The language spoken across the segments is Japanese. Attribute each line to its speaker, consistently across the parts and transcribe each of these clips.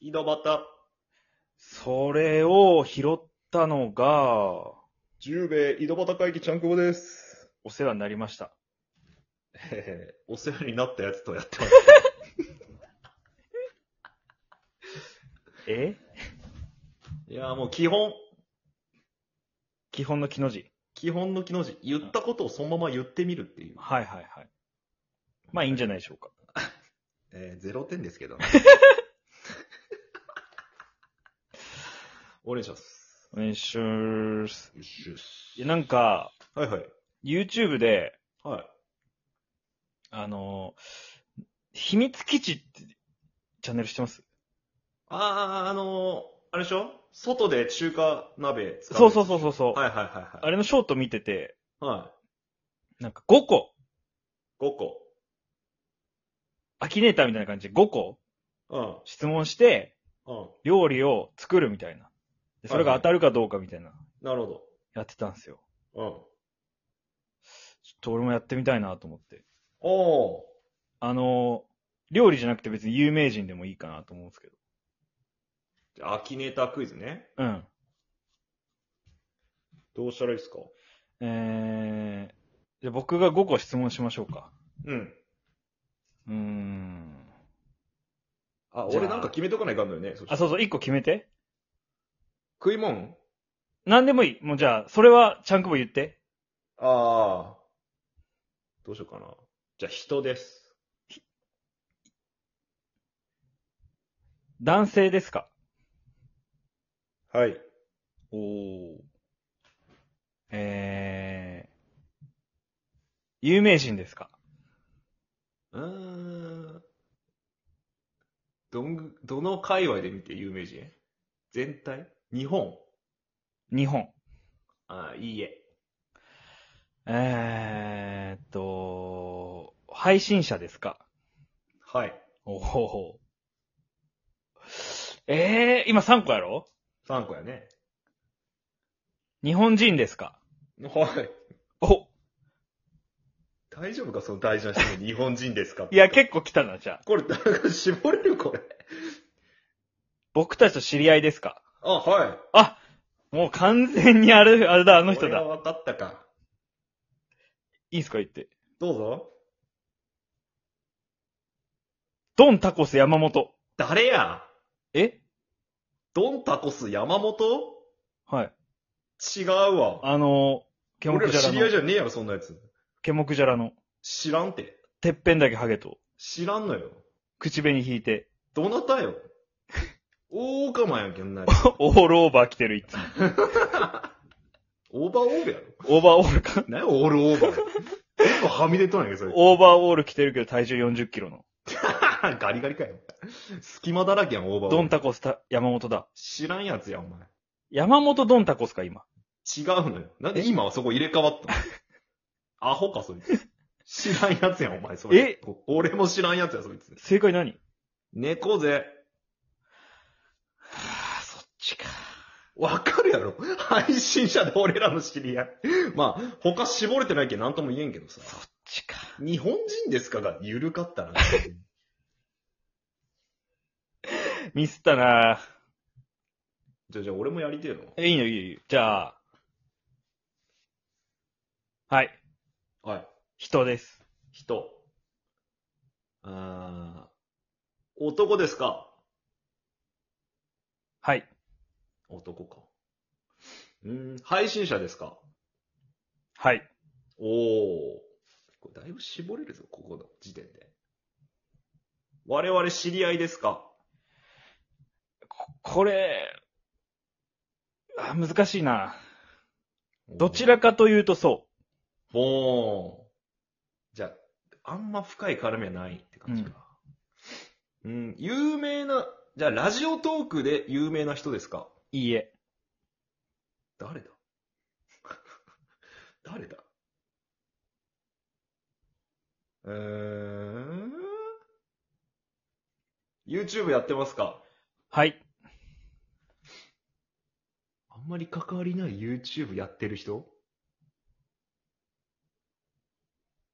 Speaker 1: 井戸端、
Speaker 2: それを拾ったのが、
Speaker 1: 十兵衛井戸端会議ちゃんくぼです。
Speaker 2: お世話になりました。
Speaker 1: えー、 お世話になったやつとやってます。
Speaker 2: え
Speaker 1: いやーもう基本、
Speaker 2: 基本の木の字。
Speaker 1: 基本の木の字、言ったことをそのまま言ってみるっていう。
Speaker 2: はいはいはい。まあいいんじゃないでしょうか。
Speaker 1: えー、0点ですけど、ね。 お願いします。
Speaker 2: お願いします。
Speaker 1: よしよし
Speaker 2: いやなんか、
Speaker 1: はいはい。
Speaker 2: YouTube で、
Speaker 1: はい。
Speaker 2: あの、秘密基地ってチャンネルしてます
Speaker 1: あー、あのー、あれでしょ外で中華鍋使
Speaker 2: そうそう
Speaker 1: う
Speaker 2: そうそうそう、
Speaker 1: やつ。はいはいはい
Speaker 2: あ
Speaker 1: はい。
Speaker 2: れのショート見てて、
Speaker 1: は
Speaker 2: なんか5個、
Speaker 1: い。5個。
Speaker 2: アキネーターみたいな感じで5個
Speaker 1: うん。
Speaker 2: 質問して、
Speaker 1: うん。
Speaker 2: 料理を作るみたいな。でそれが当たるかどうかみたいな、
Speaker 1: なるほ
Speaker 2: やってたんですよ。
Speaker 1: ど。うん。
Speaker 2: ちょっと俺もやってみたいなと思って。
Speaker 1: おー。
Speaker 2: あの、料理じゃなくて別に有名人でもいいかなと思うんですけど。
Speaker 1: じゃあアキネータークイズね。
Speaker 2: うん。
Speaker 1: どうしたらいいですか
Speaker 2: えー、じゃあ僕が5個質問しましょうか。
Speaker 1: うん。
Speaker 2: うーん。
Speaker 1: あ、
Speaker 2: じゃあ
Speaker 1: 俺なんか決めとかないかんのよね。そっち
Speaker 2: あ、そうそう、1個決めて。
Speaker 1: 食いもん
Speaker 2: 何でもいい。もうじゃあ、それはちゃんくぼ言って。
Speaker 1: ああ。どうしようかな。じゃあ人です。
Speaker 2: 男性ですか
Speaker 1: はい。
Speaker 2: おお。えー、有名人ですか
Speaker 1: うーん。どんぐ、どの界隈で見て有名人全体日本
Speaker 2: 日本。
Speaker 1: ああ、いいえ。
Speaker 2: えーっと、配信者ですか
Speaker 1: はい。
Speaker 2: おお。ええー、今3個やろ
Speaker 1: 3個やね。
Speaker 2: 日本人ですか
Speaker 1: はい。
Speaker 2: お、
Speaker 1: 大丈夫かその大事な人 に日本人ですか
Speaker 2: いや、結構来たな、じゃあ。
Speaker 1: これ、なんか絞れるこれ。
Speaker 2: 僕たちと知り合いですか
Speaker 1: あ、はい。
Speaker 2: もう完全にあれ、あれだ、あの人
Speaker 1: これは
Speaker 2: だ。
Speaker 1: 分かったか。
Speaker 2: いいんすか言って。
Speaker 1: どうぞ。
Speaker 2: ドンタコス山本。
Speaker 1: 誰や
Speaker 2: え
Speaker 1: ドンタコス山本
Speaker 2: はい。
Speaker 1: 違うわ。
Speaker 2: あのー、ケモ
Speaker 1: 俺
Speaker 2: ク
Speaker 1: ら
Speaker 2: ジ
Speaker 1: 知
Speaker 2: ャ
Speaker 1: り合い
Speaker 2: ラ
Speaker 1: じ
Speaker 2: の、
Speaker 1: ゃねえやろ、そんなやつ。
Speaker 2: ケモクジャラの、
Speaker 1: 知らんて。
Speaker 2: てっぺんだけハゲと、
Speaker 1: 知らんのよ。
Speaker 2: 口紅引いて、
Speaker 1: どなた よ。大釜やんけんなに。
Speaker 2: オールオーバー着てるいつも。
Speaker 1: オーバーオールやろ。
Speaker 2: オーバーオールか。
Speaker 1: なにオールオーバー。結構はみ出とないけど、それ。
Speaker 2: オーバーオール着てるけど体重40キロの。
Speaker 1: ガリガリかよ。隙間だらけやん、オーバーオール。
Speaker 2: ドンタコスた山本だ。
Speaker 1: 知らんやつやん、お前。
Speaker 2: 山本ドンタコスか、今。
Speaker 1: 違うのよ。なんで今はそこ入れ替わ ったのアホか、そいつ。知らんやつやん、お前、それ。え俺も知らんやつや、そいつ。
Speaker 2: 正解何
Speaker 1: 猫背。
Speaker 2: はあ、そっちか。
Speaker 1: わかるやろ配信者で俺らの知り合い。まあ、他絞れてないけど何とも言えんけどさ。
Speaker 2: そっちか。
Speaker 1: 日本人ですかが緩かったな。
Speaker 2: ミスったな
Speaker 1: じゃあ、じゃあ俺もやりてえの。
Speaker 2: えいいよ、いいよいいよ。じゃあ。はい。
Speaker 1: はい。
Speaker 2: 人です。
Speaker 1: 人。あー男ですか
Speaker 2: はい。
Speaker 1: 男か。うーん、配信者ですか
Speaker 2: はい。
Speaker 1: おお。これだいぶ絞れるぞ、ここの時点で。我々知り合いですか
Speaker 2: ここれ、あ、難しいなどちらかというとそ
Speaker 1: おー。じゃあ、あんま深い絡みはないって感じか。うん、有名な、じゃあ、ラジオトークで有名な人ですか
Speaker 2: う。いいえ。
Speaker 1: 誰だ 誰だうーん。YouTube やってますか
Speaker 2: はい。
Speaker 1: あんまり関わりない YouTube やってる人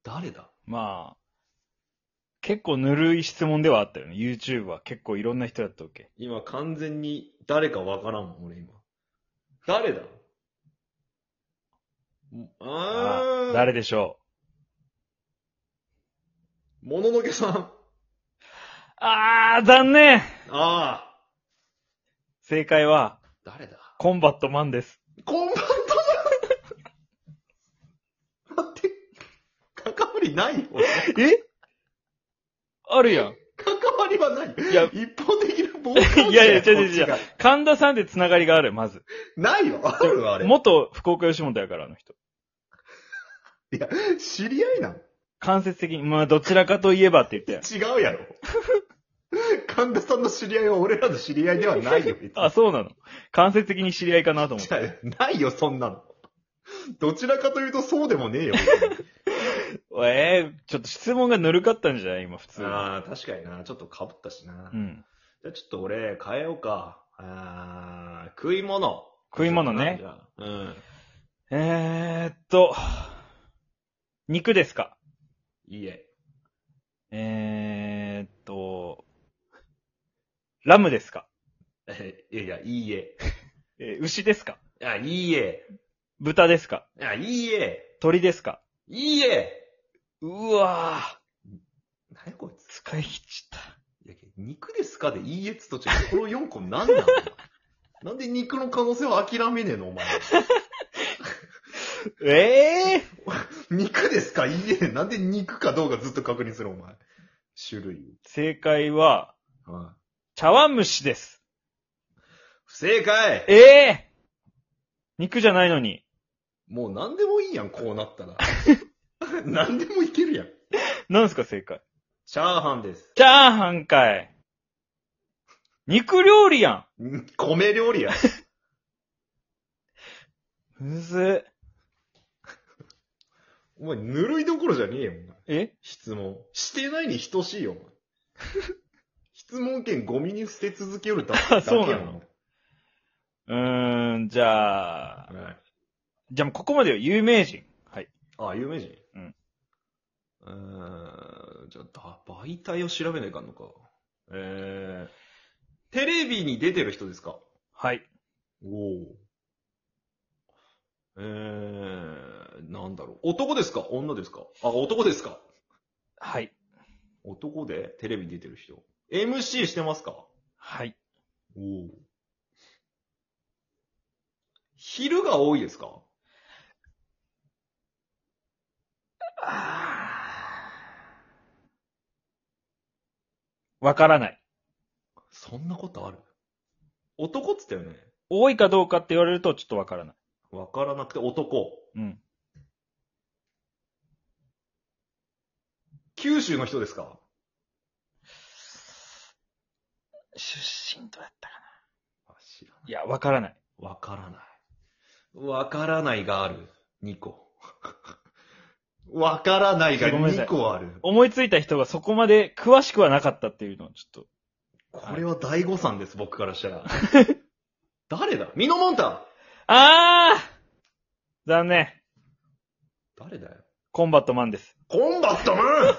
Speaker 1: 誰だ
Speaker 2: まあ、結構ぬるい質問ではあったよね。YouTube は結構いろんな人やったわけ。
Speaker 1: 今完全に誰かわからんもん、俺今。誰だんあ
Speaker 2: あ
Speaker 1: ー
Speaker 2: あ誰でしょ
Speaker 1: もののけさん。あ
Speaker 2: う。あー、残念
Speaker 1: あ
Speaker 2: 正解は、
Speaker 1: ー。誰だ
Speaker 2: コンバットマンです。
Speaker 1: コンバットマン待って、関わり ないよ。
Speaker 2: えあるやん。
Speaker 1: 関わりはない。
Speaker 2: いや
Speaker 1: 一方的な傍観者よ
Speaker 2: いやいや違う違う違う
Speaker 1: こっちが
Speaker 2: 神田さんで繋がりがある、まず。
Speaker 1: ないよ、あるあれ。
Speaker 2: 元福岡吉本やから、あの人。
Speaker 1: いや、知り合いなの
Speaker 2: 間接的に、まあ、どちらかといえばって言ったやん。
Speaker 1: 違うやろ。神田さんの知り合いは俺らの知り合いではないよ、別に
Speaker 2: あ、そうなの。間接的に知り合いかなと思っ
Speaker 1: じ
Speaker 2: た。
Speaker 1: ゃあないよ、そんなの。どちらかというとそうでもねえよ。
Speaker 2: ええちょっと質問がぬるかったんじゃない今、普通に。
Speaker 1: ああ、確かにな。ちょっと被ったしな。
Speaker 2: うん。
Speaker 1: じゃあちょっと俺、変えようか。あー食い物。
Speaker 2: 食い物ね
Speaker 1: じゃあ。うん。
Speaker 2: えーっと、肉ですか
Speaker 1: いいえ。
Speaker 2: えーっと、ラムですか
Speaker 1: えいやいや、いいえ。
Speaker 2: えー牛ですか
Speaker 1: あ、いいえ。
Speaker 2: 豚ですか
Speaker 1: あ、いいえ。
Speaker 2: 鳥ですか
Speaker 1: いいえ。
Speaker 2: うわぁ、
Speaker 1: なにこいつ。
Speaker 2: 使い切っちゃっ
Speaker 1: いや肉ですかでいいえっつっとちゃう。この4個なんな のなんで肉の可能性を諦めねえのお前。
Speaker 2: た。ええ
Speaker 1: 肉ですかいいえ。なんで肉かどうかずっと確認するお前。種類
Speaker 2: 正解は、
Speaker 1: を。はい。
Speaker 2: 茶碗蒸しです。
Speaker 1: 不正解
Speaker 2: ええ肉じゃないのに。
Speaker 1: もう何でもいいやん、こうなったら。 何でもいけるやん。
Speaker 2: なんすか正解
Speaker 1: チャーハンです。
Speaker 2: チャーハンかい。肉料理や
Speaker 1: ん米料理やん。
Speaker 2: ん。むずっ
Speaker 1: お前、ぬるいどころじゃねえよ、お前
Speaker 2: え
Speaker 1: 質問。してないに等しいよ、お前。 質問権ゴミに捨て続けるだ けやん。
Speaker 2: そうなのうーん、じゃあ、
Speaker 1: お前はい
Speaker 2: じゃあもうここまでよ、有名人。はい。
Speaker 1: あ、有名人
Speaker 2: うん。
Speaker 1: うーん、じゃあ、だ媒体を調べないかんのか。えー、テレビに出てる人ですか
Speaker 2: はい。
Speaker 1: おお。えー、なんだろう。男ですか女ですかあ、男ですか
Speaker 2: はい。
Speaker 1: 男でテレビに出てる人。MC してますか
Speaker 2: はい。
Speaker 1: おお。昼が多いですか
Speaker 2: わからない。
Speaker 1: そんなことある男っつったよね。
Speaker 2: 多いかどうかって言われるとちょっとわからない。
Speaker 1: わからなくて男。
Speaker 2: うん。
Speaker 1: 九州の人ですか
Speaker 2: 出身とやったかな。
Speaker 1: あ知らない
Speaker 2: や、わからな
Speaker 1: い。
Speaker 2: い。
Speaker 1: わからない。わからないがある。2個。 わからないが
Speaker 2: ごめんなさ
Speaker 1: 2
Speaker 2: い
Speaker 1: 個ある。
Speaker 2: 思いついた人がそこまで詳しくはなかったっていうのはちょっと。
Speaker 1: これは大誤算です、僕から したら。誰だミノモンタ
Speaker 2: あー残念。
Speaker 1: 誰だよ
Speaker 2: コンバットマンです。
Speaker 1: コンバットマン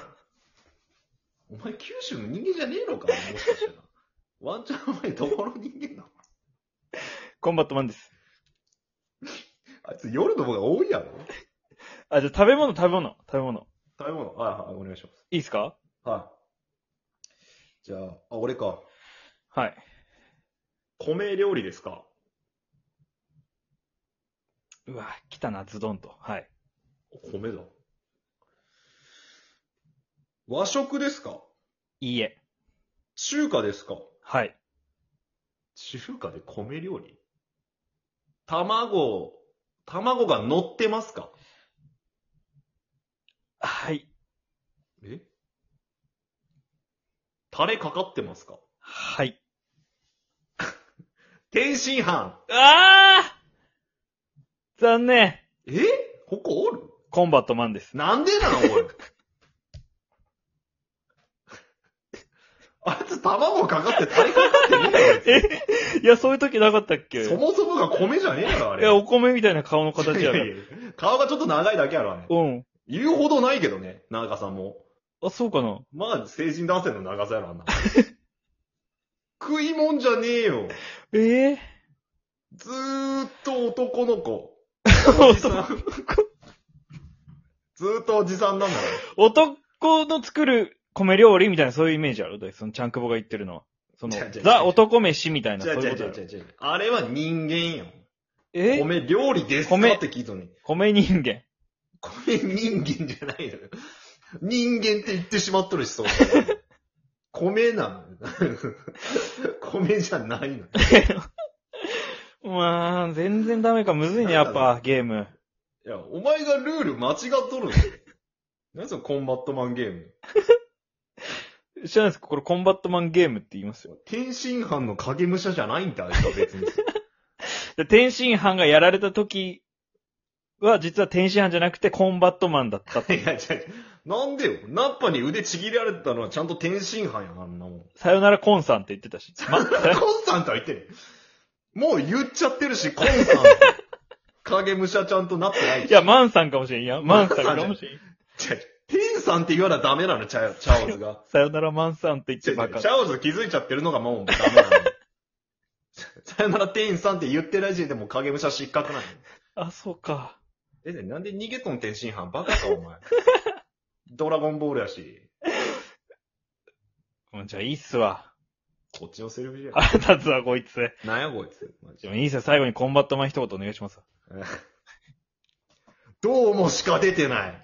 Speaker 1: お前九州の人間じゃねえのかもしかしたら。ワンチャンお前どこの人間なの
Speaker 2: コンバットマンです。
Speaker 1: あいつ夜の方が多いやろ
Speaker 2: あ、じゃあ食べ物、食べ物、食べ物。
Speaker 1: 食べ物はいはい、お願いしま
Speaker 2: いいっすか
Speaker 1: す。はい。じゃあ、あ、俺か。
Speaker 2: はい。
Speaker 1: 米料理ですか
Speaker 2: うわ、来たな、ズドンと。はい。
Speaker 1: 米だ。和食ですか
Speaker 2: いいえ。
Speaker 1: 中華ですか
Speaker 2: はい。
Speaker 1: 中華で米料理卵、卵が乗ってますか
Speaker 2: はい。
Speaker 1: えタレかかってますか
Speaker 2: はい。
Speaker 1: 天津飯
Speaker 2: あー残念。
Speaker 1: えここおる
Speaker 2: コンバットマンです。
Speaker 1: なんでなのおい。 あいつ卵かかってタレかかってねえよあいつ
Speaker 2: えい や、そういう時なかったっ け
Speaker 1: そもそもが米じゃねえよ、あ
Speaker 2: い
Speaker 1: れ。
Speaker 2: や、お米みたいな顔の形や
Speaker 1: いや
Speaker 2: から。
Speaker 1: いや顔がちょっと長いだけやろ、あれ。
Speaker 2: うん。
Speaker 1: 言うほどないけどね、長さんも。
Speaker 2: あ、そうかな。
Speaker 1: まあ、成人男性の長さやろ、あん な。食いもんじゃねえよ。
Speaker 2: ええ
Speaker 1: ずーっと男の子。おじさん
Speaker 2: ー、
Speaker 1: ずーっとおじさんなんだよ。
Speaker 2: 男の作る米料理みたいな、そういうイメージあるだってそのちゃんくぼが言ってるのは。その
Speaker 1: 違う違う違う、
Speaker 2: ザ男飯みたいな、
Speaker 1: 違
Speaker 2: そう
Speaker 1: う
Speaker 2: いう
Speaker 1: 違
Speaker 2: こ
Speaker 1: う
Speaker 2: と
Speaker 1: 違う
Speaker 2: や
Speaker 1: 違う違
Speaker 2: ろ。
Speaker 1: う。あれは人間よ。
Speaker 2: え
Speaker 1: 米料理ですか
Speaker 2: 米
Speaker 1: って聞いたのに。
Speaker 2: 米人間。
Speaker 1: 米人間じゃないよ。人間って言ってしまっとる し、そう。米なのよ。 米じゃないのよ。
Speaker 2: まあ、全然ダメか。むずいね、やっぱ、ゲーム。
Speaker 1: いや、お前がルール間違っとるのよ。 何そのコンバットマンゲーム。
Speaker 2: 知らないですかこれコンバットマンゲームって言いますよ。
Speaker 1: 天津飯の影武者じゃないんだ、 あいつは別に。
Speaker 2: で天津飯がやられた時は、実は天津飯じゃなくてコンバットマンだったっ
Speaker 1: い
Speaker 2: ていう。
Speaker 1: や、違う違う。なんでよ。ナッパに腕ちぎられてたのはちゃんと天津飯やん、あんなもん。
Speaker 2: さよならコンさんって言ってたし。ま、
Speaker 1: コンさんとは言ってね。もう言っちゃってるし、コンさん と。影武者ちゃんとなってないし。
Speaker 2: いや、マンさんかもしれん。いや、マンさんかもしれん。
Speaker 1: 違う、天さんって言わなダメなの、チャチャオズ が。
Speaker 2: さよならマンさんって言っ
Speaker 1: 違
Speaker 2: て
Speaker 1: う違
Speaker 2: ばっ
Speaker 1: う
Speaker 2: か
Speaker 1: チャオズ気づいちゃってるのがもうダメなの。 さよなら天さんって言ってる時点でもう影武者失格なの。
Speaker 2: あ、そうか。
Speaker 1: え、なんで逃げとん天津飯バカか、お前。ドラゴンボールやし。
Speaker 2: もうじゃあいいっすわ。
Speaker 1: こっちのセルフじゃん。
Speaker 2: 腹立つわ、こいつ。
Speaker 1: なんやこいつ。マジ
Speaker 2: で
Speaker 1: で
Speaker 2: もいいっすよ、最 後にコンバットマン一言お願いします。
Speaker 1: どうもしか出てない。